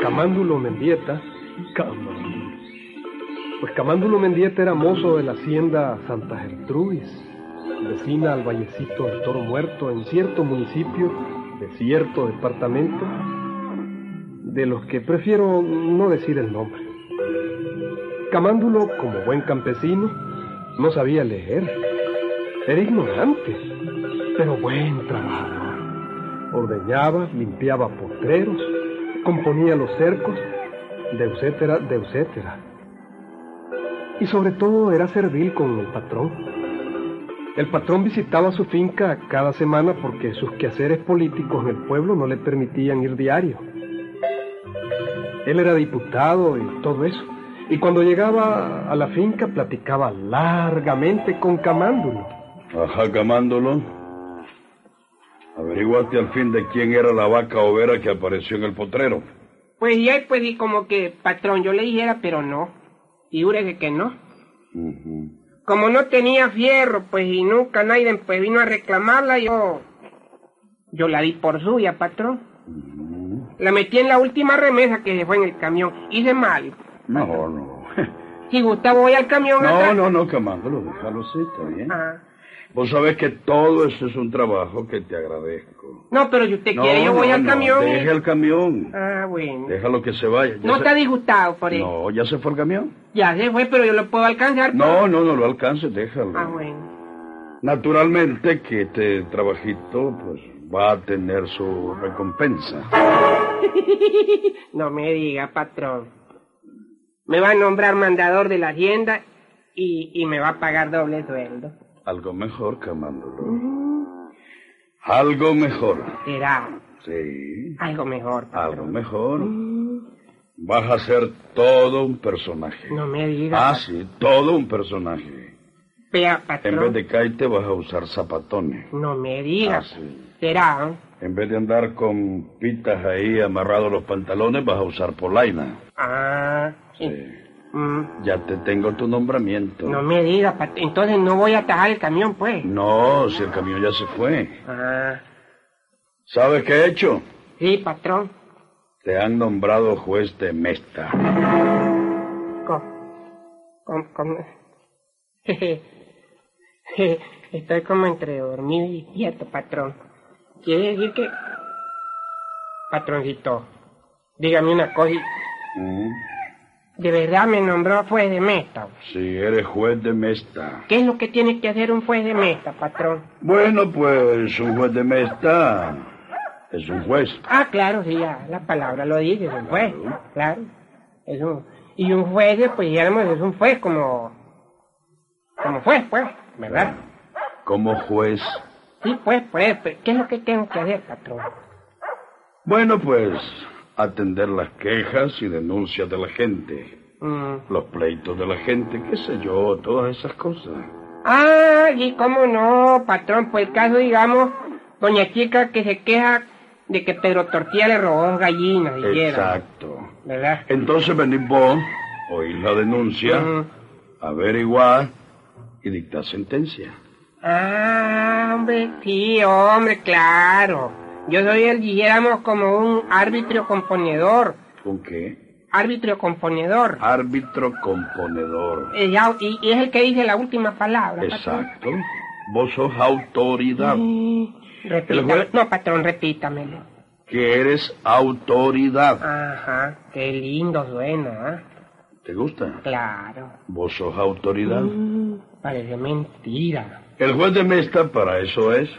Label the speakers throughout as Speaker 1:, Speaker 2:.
Speaker 1: Camándulo Mendieta. Camándulo. Pues Camándulo Mendieta era mozo de la hacienda Santa Gertrudis, vecina al vallecito del Toro Muerto, en cierto municipio de cierto departamento, de los que prefiero no decir el nombre. Camándulo, como buen campesino, no sabía leer. Era ignorante, pero buen trabajador. Ordeñaba, limpiaba potreros, componía los cercos, de etcétera, de etcétera. Y sobre todo era servil con el patrón. El patrón visitaba su finca cada semana porque sus quehaceres políticos en el pueblo no le permitían ir diario. Él era diputado y todo eso. Y cuando llegaba a la finca platicaba largamente con Camándulo.
Speaker 2: Ajá, Camándulo. Averiguaste al fin de quién era la vaca overa que apareció en el potrero.
Speaker 3: Pues ya, pues y como que, patrón, yo le dijera, pero no. Y úrese que no.
Speaker 2: Ujú.
Speaker 3: Como no tenía fierro, pues y nunca nadie pues, vino a reclamarla, yo. Yo la di por suya, patrón. La metí en la última remesa que se fue en el camión. Hice mal.
Speaker 2: No, no.
Speaker 3: Si gusta, voy al camión. Ah.
Speaker 2: No,
Speaker 3: atrás.
Speaker 2: no, no, Camándolo, déjalo así, está bien.
Speaker 3: Ajá.
Speaker 2: Vos sabés que todo eso es un trabajo que te agradezco.
Speaker 3: No, pero si usted
Speaker 2: No,
Speaker 3: quiere, yo voy
Speaker 2: no,
Speaker 3: al
Speaker 2: no,
Speaker 3: camión. y-
Speaker 2: Deja el camión.
Speaker 3: Ah, bueno.
Speaker 2: Déjalo que se vaya. Ya
Speaker 3: No
Speaker 2: se-
Speaker 3: está disgustado por eso.
Speaker 2: No, ya se fue el camión.
Speaker 3: Ya se fue, pero yo lo puedo alcanzar.
Speaker 2: No, no, no lo alcance, déjalo.
Speaker 3: Ah, bueno.
Speaker 2: Naturalmente que este trabajito, pues, va a tener su recompensa.
Speaker 3: No me diga, patrón. Me va a nombrar mandador de la hacienda y, y me va a pagar doble sueldo.
Speaker 2: Algo mejor, Camándolo.
Speaker 3: Mm.
Speaker 2: Algo mejor.
Speaker 3: Será
Speaker 2: Sí,
Speaker 3: algo mejor.
Speaker 2: algo mejor. Vas a ser todo un personaje.
Speaker 3: Mm. No me diga.
Speaker 2: Ah, sí, todo un personaje.
Speaker 3: Vea,
Speaker 2: En
Speaker 3: patrón.
Speaker 2: vez de caite vas a usar zapatones.
Speaker 3: No me diga.
Speaker 2: Ah, sí.
Speaker 3: Será. ¿eh?
Speaker 2: En vez de andar con pitas ahí amarrados los pantalones, vas a usar polaina.
Speaker 3: Ah.
Speaker 2: Sí.
Speaker 3: Mm.
Speaker 2: Ya te tengo tu nombramiento.
Speaker 3: No me diga, pat- entonces no voy a atajar el camión, pues.
Speaker 2: No, si el camión ya se fue.
Speaker 3: Ah,
Speaker 2: ¿Sabes qué he hecho?
Speaker 3: sí, patrón.
Speaker 2: Te han nombrado juez de Mesta.
Speaker 3: Co- com- com- Jeje. Jeje. Estoy como entre dormido y quieto, patrón. Quiere decir que... Patroncito, dígame una cosa. y-
Speaker 2: Mm.
Speaker 3: ¿De verdad me nombró juez de mesta?
Speaker 2: Sí, eres juez de Mesta.
Speaker 3: ¿Qué es lo que tiene que hacer un juez de mesta, patrón?
Speaker 2: Bueno, pues un juez de Mesta es un juez.
Speaker 3: Ah, claro, sí, ya, la palabra lo dice, es un juez, claro. Es un, y un juez, pues, digamos, es un juez como... Como juez, pues, ¿verdad?
Speaker 2: Como juez.
Speaker 3: Sí, pues, pues, pues, ¿qué es lo que tengo que hacer, patrón?
Speaker 2: Bueno, pues atender las quejas y denuncias de la gente.
Speaker 3: Mm.
Speaker 2: Los pleitos de la gente, qué sé yo, todas esas cosas.
Speaker 3: Ah, y cómo no, patrón, pues el caso, digamos, doña chica que se queja de que Pedro Tortilla le robó dos gallinas, dijera,
Speaker 2: Exacto.
Speaker 3: ¿verdad?
Speaker 2: Entonces venís vos, oís la denuncia,
Speaker 3: Mm.
Speaker 2: averiguar y dictar sentencia.
Speaker 3: Ah, hombre, sí, hombre, claro. Yo soy el, dijéramos, como un árbitro componedor.
Speaker 2: ¿Con qué?
Speaker 3: Árbitro componedor.
Speaker 2: Ah. Árbitro componedor.
Speaker 3: Eh, ya, y, y es el que dice la última palabra. patrón.
Speaker 2: Exacto. Vos sos autoridad.
Speaker 3: Sí,
Speaker 2: El
Speaker 3: Repítame.
Speaker 2: juez-
Speaker 3: No, patrón, repítamelo.
Speaker 2: Que eres autoridad.
Speaker 3: Ajá, qué lindo suena, ¿ah?
Speaker 2: ¿Te gusta?
Speaker 3: Claro.
Speaker 2: Vos sos autoridad.
Speaker 3: Mm, Parece mentira.
Speaker 2: El juez de Mesta para eso es.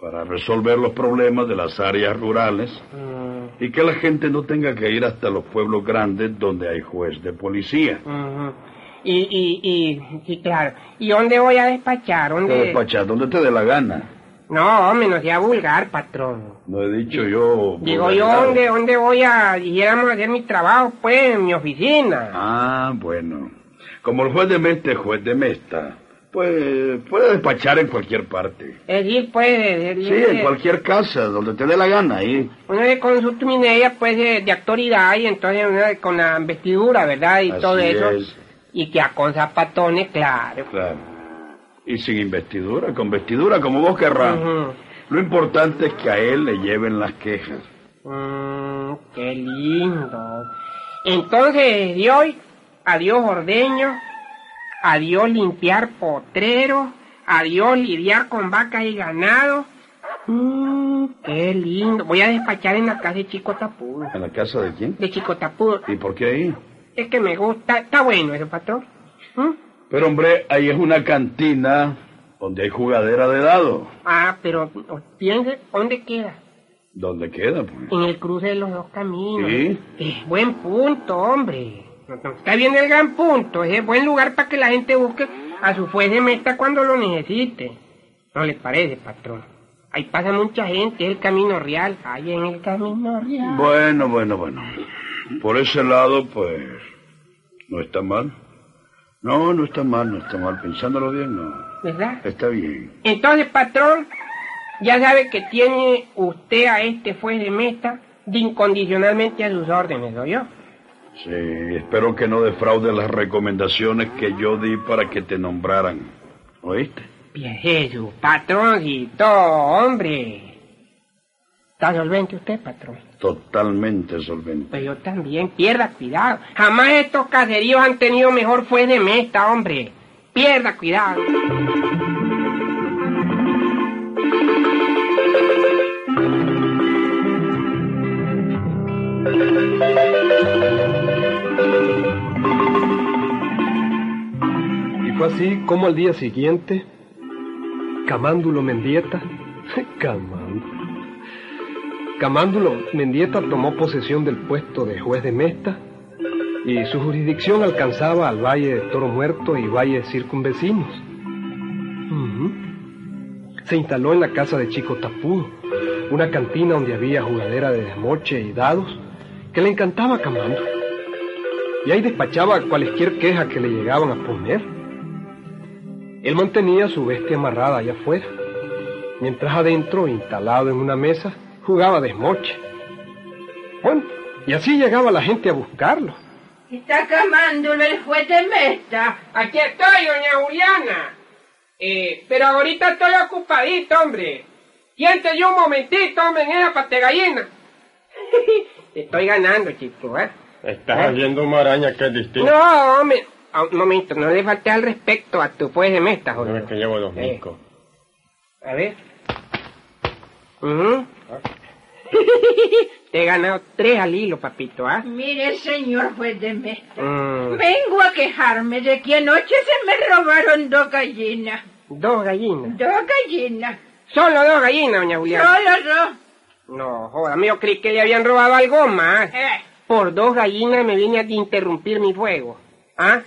Speaker 2: Para resolver los problemas de las áreas rurales
Speaker 3: Mm,
Speaker 2: y que la gente no tenga que ir hasta los pueblos grandes donde hay juez de policía.
Speaker 3: ujú. Y, y, y, sí, claro. ¿Y dónde voy a despachar?
Speaker 2: Te
Speaker 3: ¿Dónde?
Speaker 2: despachas donde te dé la gana.
Speaker 3: No, hombre, no sea vulgar, patrón.
Speaker 2: No he dicho yo.
Speaker 3: Digo yo,
Speaker 2: vulgaridad.
Speaker 3: ¿dónde, ¿dónde voy a, dijéramos, hacer mi trabajo, pues, en mi oficina?
Speaker 2: Ah, bueno. Como el juez de Mesta es juez de Mesta, pues puede despachar en cualquier parte.
Speaker 3: Es decir, pues, es
Speaker 2: Sí,
Speaker 3: decir,
Speaker 2: en
Speaker 3: eh,
Speaker 2: cualquier casa, donde te dé la gana, ahí.
Speaker 3: uno le consulta mi idea, pues, de, de autoridad, y entonces uno con la vestidura, ¿verdad? Y
Speaker 2: Así
Speaker 3: todo eso.
Speaker 2: es.
Speaker 3: Y que a con zapatones, claro.
Speaker 2: Claro. Y sin investidura, con vestidura, como vos querrás.
Speaker 3: Ujú.
Speaker 2: Lo importante es que a él le lleven las quejas.
Speaker 3: Mm, Mm, qué lindo. Entonces, de hoy, adiós ordeño, adiós limpiar potrero, adiós lidiar con vacas y ganado. Mm, qué lindo. Voy a despachar en la casa de Chico Tapudo.
Speaker 2: ¿En la casa de quién?
Speaker 3: De Chico Tapudo.
Speaker 2: ¿Y por qué ahí?
Speaker 3: Es que me gusta. Está bueno eso, patrón. ¿Mm?
Speaker 2: Pero hombre, ahí es una cantina donde hay jugadera de dado.
Speaker 3: Ah, pero piense, ¿dónde queda?
Speaker 2: ¿Dónde queda, pues?
Speaker 3: En el cruce de los dos caminos.
Speaker 2: Sí.
Speaker 3: Es buen punto, hombre. No, no, Está bien el gran punto. Es el buen lugar para que la gente busque a su juez de meta cuando lo necesite. ¿No le parece, patrón? Ahí pasa mucha gente, es el camino real. Ahí en el camino real.
Speaker 2: Bueno, bueno, bueno. Por ese lado, pues, no está mal. No, no está mal, no está mal. Pensándolo bien, no.
Speaker 3: ¿Verdad?
Speaker 2: Está bien.
Speaker 3: Entonces, patrón, ya sabe que tiene usted a este juez de meta de incondicionalmente a sus órdenes, ¿oyó?
Speaker 2: Sí, espero que no defraude las recomendaciones que yo di para que te nombraran. ¿Oíste?
Speaker 3: Piense su patroncito, hombre. ¿Está solvente usted, patrón?
Speaker 2: Totalmente solvente.
Speaker 3: Pues yo también, pierda cuidado. Jamás estos caseríos han tenido mejor juez de meta, hombre. Pierda cuidado.
Speaker 1: Y fue así como al día siguiente, Camándulo Mendieta, Camándulo. Camándulo Mendieta tomó posesión del puesto de juez de Mesta y su jurisdicción alcanzaba al Valle de Toro Muerto y valles circunvecinos. Ujú. Se instaló en la casa de Chico Tapudo, una cantina donde había jugadera de desmoche y dados que le encantaba a Camándulo y ahí despachaba cualesquier queja que le llegaban a poner. Él mantenía su bestia amarrada allá afuera, mientras adentro, instalado en una mesa, jugaba desmoche. Bueno, y así llegaba la gente a buscarlo.
Speaker 4: Está camándolo el juez de Mesta.
Speaker 3: Aquí estoy, doña Juliana. Eh, pero ahorita estoy ocupadito, hombre. Siente yo un momentito, hombre, en esa pate gallina. Te estoy ganando, chico, ¿eh?
Speaker 5: Estás haciendo maraña que es distinto.
Speaker 3: No, hombre. Ah, Un momento, no le falte al respecto a tu juez de mesta,
Speaker 5: No,
Speaker 3: Jorge.
Speaker 5: es que llevo dos
Speaker 3: Eh,
Speaker 5: micos.
Speaker 3: A ver. Ujú. Te he ganado tres al hilo, papito, ¿ah?
Speaker 4: Mire, señor juez de Mesta.
Speaker 3: Mm,
Speaker 4: Vengo a quejarme de que anoche se me robaron dos gallinas.
Speaker 3: dos gallinas.
Speaker 4: Dos gallinas.
Speaker 3: Solo dos gallinas, doña Juliana.
Speaker 4: Solo dos.
Speaker 3: No, joda, mío, creí que le habían robado algo más.
Speaker 4: Eh,
Speaker 3: Por dos gallinas me vine a interrumpir mi fuego. ¿Ah?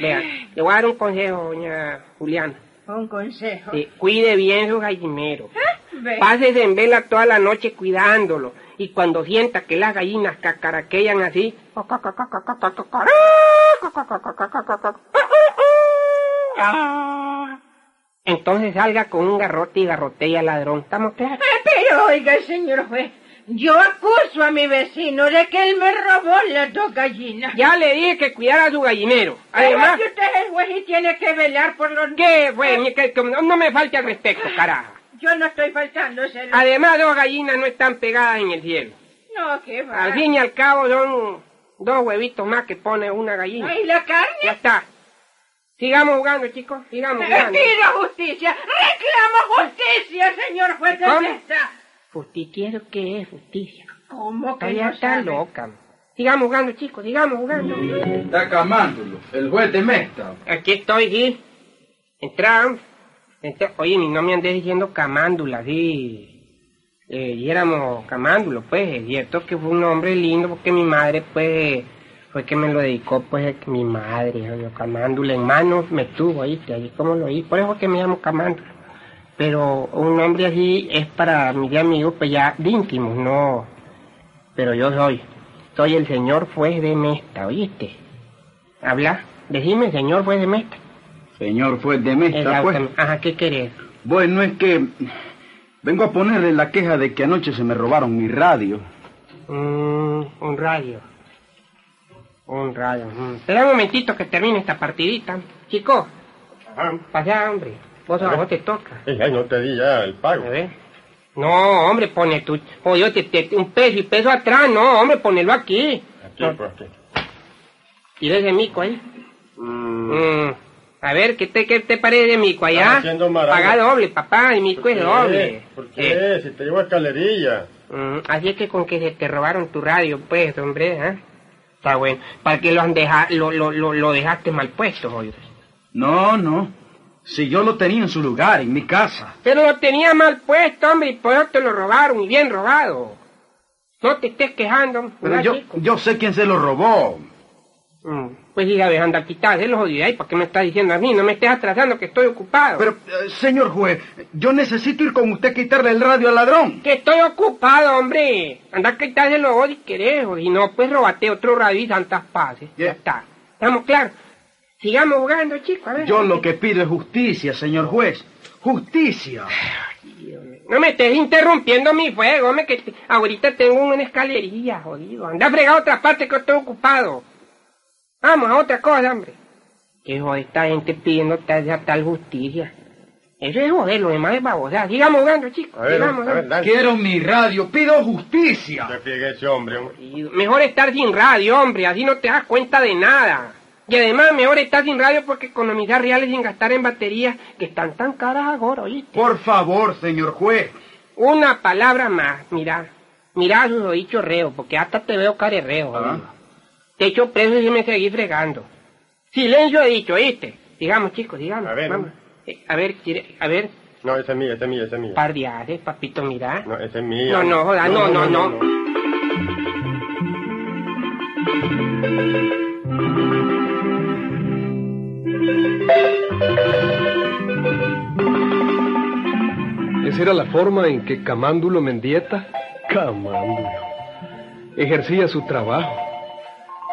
Speaker 3: Vea, le voy a dar un consejo, doña Juliana.
Speaker 4: un consejo.
Speaker 3: Eh, cuide bien su gallinero.
Speaker 4: Ah, ve.
Speaker 3: Pásese en vela toda la noche cuidándolo. Y cuando sienta que las gallinas cacaraquean así... Ah. Entonces salga con un garrote y garrotea al ladrón. ¿Estamos claros?
Speaker 4: Ah, pero oiga, señor juez, yo acuso a mi vecino de que él me robó las dos gallinas.
Speaker 3: Ya le dije que cuidara a su gallinero. Además,
Speaker 4: Pero es que usted es el juez y tiene que velar por los...
Speaker 3: ¿qué fue? Ni que- que no, no me falte al respecto, carajo.
Speaker 4: Yo no estoy faltándoselo.
Speaker 3: Además, dos gallinas no están pegadas en el cielo.
Speaker 4: No, qué va.
Speaker 3: Al fin y al cabo son dos huevitos más que pone una gallina.
Speaker 4: Ay, la
Speaker 3: Ya
Speaker 4: carne.
Speaker 3: está. Sigamos jugando, chicos. Sigamos jugando.
Speaker 4: Pido justicia. Reclamo justicia, señor juez de
Speaker 3: ¿Cómo?
Speaker 4: fiesta.
Speaker 3: Justicia, quiero que es justicia.
Speaker 4: ¿Cómo que
Speaker 3: Todavía
Speaker 4: no
Speaker 3: está
Speaker 4: sabe?
Speaker 3: loca. man. Sigamos jugando, chicos. Sigamos jugando.
Speaker 6: Está camándulo, el juez de Mesta.
Speaker 3: Aquí estoy, sí. Entra. Entra. Oye, ni no me andes diciendo camándula, sí. Eh, diéramos camándulo, pues. Es cierto que fue un nombre lindo porque mi madre, pues, fue que me lo dedicó, pues, mi madre. oye, Camándula en manos me tuvo, oíste, ahí como lo oí. Por eso es que me llamo camándula. Pero un nombre así es para mis amigos, pues ya de íntimos, no. Pero yo soy. Soy el señor juez de Mesta, oíste. Habla, decime, señor juez de Mesta.
Speaker 6: Señor juez de Mesta, pues.
Speaker 3: Exactamente. Ajá, ¿qué querés?
Speaker 6: Bueno, es que vengo a ponerle la queja de que anoche se me robaron mi radio.
Speaker 3: Mm, un radio. Un radio. mm. Espera un momentito que termine esta partidita. Chico,
Speaker 5: Ah,
Speaker 3: pasa, hombre. Vos a vos te toca.
Speaker 5: eh, ay, no te di ya el
Speaker 3: A
Speaker 5: pago.
Speaker 3: ver. No, hombre, pone tu... Oye, te, te- un peso y peso atrás. No, hombre, ponelo aquí.
Speaker 5: Aquí, pues, aquí.
Speaker 3: Y ese mico ahí. Mm. A ver, ¿qué te, qué te parece de mico
Speaker 5: Estás
Speaker 3: allá?
Speaker 5: haciendo maraña.
Speaker 3: Paga doble, papá. El mico
Speaker 5: ¿Por
Speaker 3: es
Speaker 5: qué?
Speaker 3: doble.
Speaker 5: ¿Por
Speaker 3: Eh,
Speaker 5: qué? Si te llevo a escalerilla.
Speaker 3: Mm, así es que con que se te robaron tu radio, pues, hombre, ¿eh? Está bueno. ¿Para qué lo, han deja- lo, lo, lo, lo dejaste mal puesto, oye?
Speaker 6: No, no. Si yo lo tenía en su lugar, en mi casa.
Speaker 3: Pero lo tenía mal puesto, hombre, y por eso te lo robaron, y bien robado. No te estés quejando,
Speaker 6: Pero
Speaker 3: ¿verdad,
Speaker 6: yo,
Speaker 3: chico?
Speaker 6: yo sé quién se lo robó.
Speaker 3: Mm, Pues sí, sabes, anda, quitárselo, jodido, ¿y para qué me estás diciendo a mí? No me estés atrasando, que estoy ocupado.
Speaker 6: Pero, eh, señor juez, yo necesito ir con usted a quitarle el radio al ladrón.
Speaker 3: Que estoy ocupado, hombre. Anda, quitárselo vos si querés, o si no, pues robate otro radio y santas paces.
Speaker 6: ¿Qué?
Speaker 3: Ya está. ¿Estamos claros? Sigamos jugando, chico, a ver.
Speaker 6: Yo lo que pido es justicia, señor juez. Justicia.
Speaker 3: No me estés interrumpiendo mi fuego, hombre, que te- ahorita tengo una escalería, jodido. Anda fregado a otra parte que estoy ocupado. Vamos a otra cosa, hombre. Que joder, esta gente pidiendo tal, tal justicia. Eso es joder, lo demás es babosa. Sigamos jugando, chicos.
Speaker 5: A ver,
Speaker 3: sigamos
Speaker 5: a ver,
Speaker 3: jugando.
Speaker 5: dale.
Speaker 6: Quiero mi radio, pido justicia.
Speaker 5: Te friegue ese hombre, hombre.
Speaker 3: Jodido. Mejor estar sin radio, hombre, así no te das cuenta de nada. Y además, mejor estar sin radio porque economizar reales sin gastar en baterías que están tan caras ahora, oíste.
Speaker 6: Por favor, señor juez.
Speaker 3: Una palabra más, mira. Mira sus dicho reo, porque hasta te veo carerreo.
Speaker 6: Ah.
Speaker 3: amigo. Te echo preso y me seguís fregando. Silencio he dicho, ¿oíste? Digamos, chicos, digamos.
Speaker 5: A ver,
Speaker 3: vamos.
Speaker 5: ¿no?
Speaker 3: Eh, a ver, quiere- a ver,
Speaker 5: No, ese es mío, ese es mío, ese es mío.
Speaker 3: par de haces, papito, mira.
Speaker 5: No, ese es mío.
Speaker 3: No, no, joda, no, no, no.
Speaker 1: Esa era la forma en que Camándulo Mendieta, Camándulo, ejercía su trabajo.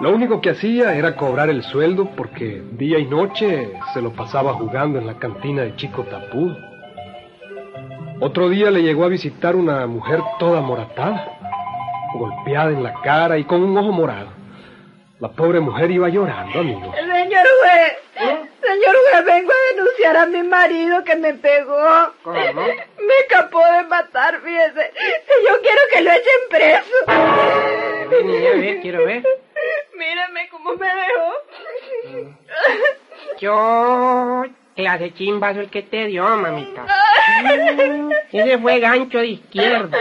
Speaker 1: Lo único que hacía era cobrar el sueldo porque día y noche se lo pasaba jugando en la cantina de Chico Tapudo. Otro día le llegó a visitar una mujer toda moratada, golpeada en la cara y con un ojo morado. La pobre mujer iba llorando, amigo.
Speaker 4: Señor juez,
Speaker 3: ¿Eh?
Speaker 4: señor juez, vengo a denunciar a mi marido que me pegó.
Speaker 3: ¿Cómo?
Speaker 4: Me escapó de matar, fíjese. Yo quiero que lo echen
Speaker 3: A ver, niña, a ver,
Speaker 4: preso.
Speaker 3: quiero ver.
Speaker 4: Mírame cómo me dejó.
Speaker 3: Yo, clase chimba, soy el que te dio, mamita. Ese fue gancho de izquierda.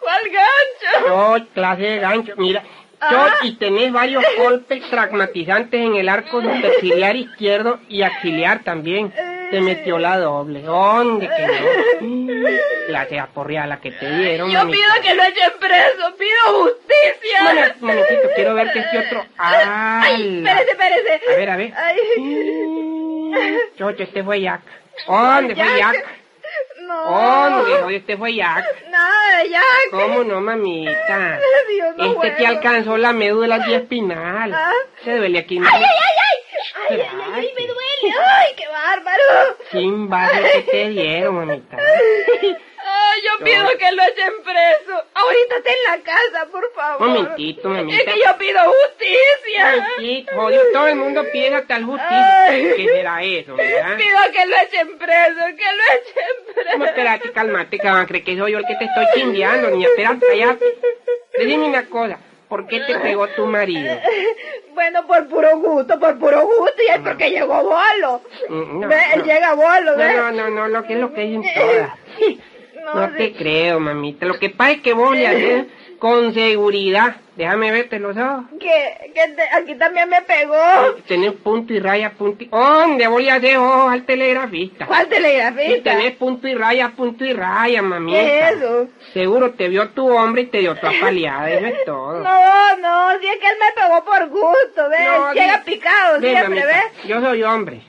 Speaker 4: ¿Cuál gancho?
Speaker 3: Yo, clase de gancho, mira.
Speaker 4: Ah.
Speaker 3: Yo, y tenés varios golpes traumatizantes en el arco superciliar izquierdo y axiliar también. Te metió la doble. ¿Dónde que no? Clase aporreada la que te dieron,
Speaker 4: Yo
Speaker 3: mamita.
Speaker 4: pido que lo echen preso, pido justicia.
Speaker 3: Mone- monetito, quiero ver que este otro- ¡Ala!
Speaker 4: Ay, espérese, espérese.
Speaker 3: A ver, a ver. Mm.
Speaker 4: Ay.
Speaker 3: Chocho, este fue Jack. ¿Dónde fue Jack?
Speaker 4: No.
Speaker 3: ¿Dónde?
Speaker 4: Oh.
Speaker 3: Oye, este fue Jack.
Speaker 4: Nada de Jack.
Speaker 3: ¿Cómo no, mamita?
Speaker 4: Dios, no
Speaker 3: Este te
Speaker 4: juego.
Speaker 3: alcanzó la médula espinal.
Speaker 4: Ah.
Speaker 3: Se duele aquí.
Speaker 4: ¡Ay, ay, ay, ay! ¡Ay,
Speaker 3: Qué
Speaker 4: ay, ay, ay, me
Speaker 3: bárbaro.
Speaker 4: duele! ¡Ay, qué bárbaro!
Speaker 3: Chimba, ¿de qué te dieron, mamita?
Speaker 4: Ay, yo pido que lo echen preso. Ahorita está en la casa, por favor.
Speaker 3: Momentito, mamita.
Speaker 4: Es que yo pido justicia.
Speaker 3: Sí, jodido, todo el mundo piensa tal justicia.
Speaker 4: Ay.
Speaker 3: ¿Qué será eso, verdad?
Speaker 4: Pido que lo echen preso, que lo echen preso.
Speaker 3: No, espérate, calmate, cabrón. ¿Crees que soy yo el que te estoy chingueando? Ni espérate, cállate. Dime una cosa. ¿Por qué te pegó tu marido?
Speaker 4: Bueno, por puro gusto, por puro gusto, y es porque llegó bolo.
Speaker 3: Mm, no,
Speaker 4: Ve,
Speaker 3: no.
Speaker 4: Llega bolo, ¿ves?
Speaker 3: No, no, no, no, lo que es lo que dicen todas. No
Speaker 4: sí.
Speaker 3: te creo, mamita. Lo que pasa es que vos le haces con seguridad. Déjame verte los ojos.
Speaker 4: Que, que te- aquí también me pegó.
Speaker 3: Tenés punto y raya, punto y... ¿Dónde voy a hacer ojos al telegrafista?
Speaker 4: ¿Cuál
Speaker 3: Y
Speaker 4: telegrafista?
Speaker 3: tenés punto y raya, punto y raya, mamita.
Speaker 4: ¿Qué es eso?
Speaker 3: Seguro te vio tu hombre y te dio tu apaleada, eso es todo.
Speaker 4: No, no, si es que él me pegó por gusto, ¿ves?
Speaker 3: No,
Speaker 4: Llega
Speaker 3: di-
Speaker 4: picado
Speaker 3: Ven,
Speaker 4: siempre,
Speaker 3: mamita, Yo soy hombre.
Speaker 4: ¿ves?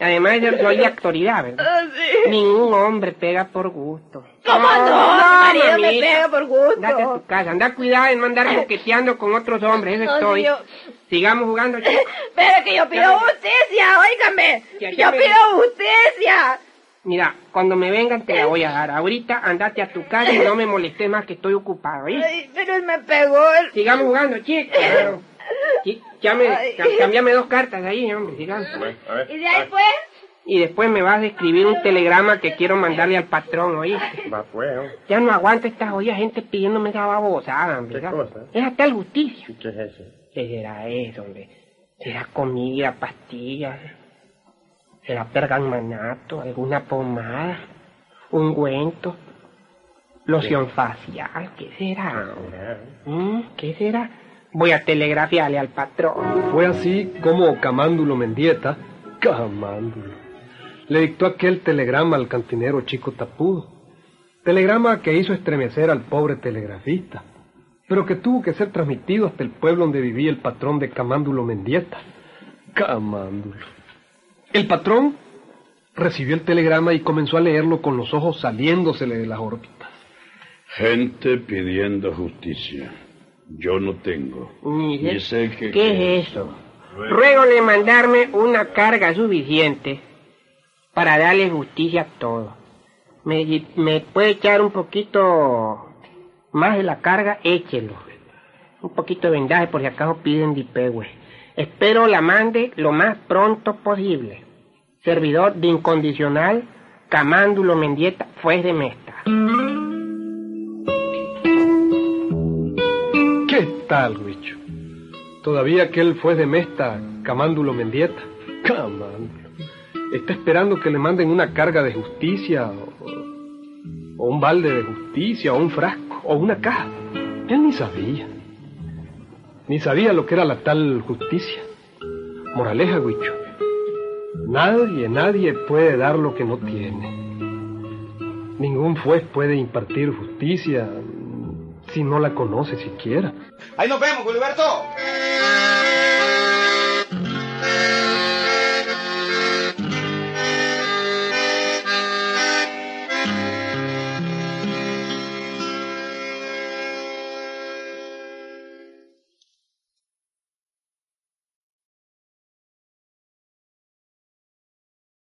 Speaker 3: Además, yo soy de autoridad, ¿verdad?
Speaker 4: Ah, sí.
Speaker 3: Ningún hombre pega por gusto.
Speaker 4: ¿Cómo no?
Speaker 3: no,
Speaker 4: Mi marido me
Speaker 3: mamita.
Speaker 4: pega por
Speaker 3: Andate a tu
Speaker 4: gusto.
Speaker 3: casa, anda cuidado en no andar coqueteando con otros hombres, eso
Speaker 4: No,
Speaker 3: estoy.
Speaker 4: sí, yo-
Speaker 3: Sigamos jugando, chicos.
Speaker 4: Pero que yo pido
Speaker 3: Ya-
Speaker 4: justicia, óigame.
Speaker 3: Ya- ya
Speaker 4: Yo
Speaker 3: me-
Speaker 4: pido justicia.
Speaker 3: Mira, cuando me vengan te la voy a dar. Ahorita andate a tu casa y no me molestes más que estoy ocupado, ¿eh?
Speaker 4: Ay, pero él me pegó. él-
Speaker 3: Sigamos jugando, chicos. Chi- llame-
Speaker 4: Ay.
Speaker 3: ca- Cámbiame dos cartas ahí, hombre, sigamos.
Speaker 5: Bueno, a ver.
Speaker 4: ¿Y de ahí
Speaker 5: Ah,
Speaker 4: fue?
Speaker 3: Y después me vas a escribir un telegrama que quiero mandarle al patrón, ¿oíste?
Speaker 5: Va, pues. ¿no?
Speaker 3: Ya no aguanto estas oídas gente pidiéndome esa babosada, hombre.
Speaker 5: ¿Qué cosa?
Speaker 3: Es hasta el justicia.
Speaker 5: ¿Y ¿Qué es eso?
Speaker 3: ¿Qué será eso, hombre? ¿Será comida, pastillas? ¿Será pergamanato, alguna pomada, ungüento, loción facial? ¿Qué será? hombre? ¿Mm? ¿Qué será? Voy a telegrafiarle al patrón.
Speaker 1: Fue así como Camándulo Mendieta, Camándulo, le dictó aquel telegrama al cantinero Chico Tapudo. Telegrama que hizo estremecer al pobre telegrafista, pero que tuvo que ser transmitido hasta el pueblo donde vivía el patrón de Camándulo Mendieta, Camándulo. El patrón recibió el telegrama y comenzó a leerlo con los ojos saliéndosele de las órbitas.
Speaker 2: Gente pidiendo justicia. Yo no tengo.
Speaker 3: Ni idea.
Speaker 2: Ni sé qué,
Speaker 3: ¿Qué es eso? Ruégole mandarme una carga suficiente para darle justicia a todos. Me, me puede echar un poquito más de la carga, échelo. Un poquito de vendaje por si acaso piden dipegüe. Espero la mande lo más pronto posible. Servidor de incondicional, Camándulo Mendieta, fue de Mesta.
Speaker 1: ¿Qué tal, Huicho? Todavía aquel fue de Mesta, Camándulo Mendieta. Camándulo. Está esperando que le manden una carga de justicia, o, o un balde de justicia, o un frasco, o una caja. Él ni sabía. Ni sabía lo que era la tal justicia. Moraleja, Huicho. Nadie, nadie puede dar lo que no tiene. Ningún juez puede impartir justicia si no la conoce siquiera.
Speaker 7: Ahí nos vemos, Gilberto.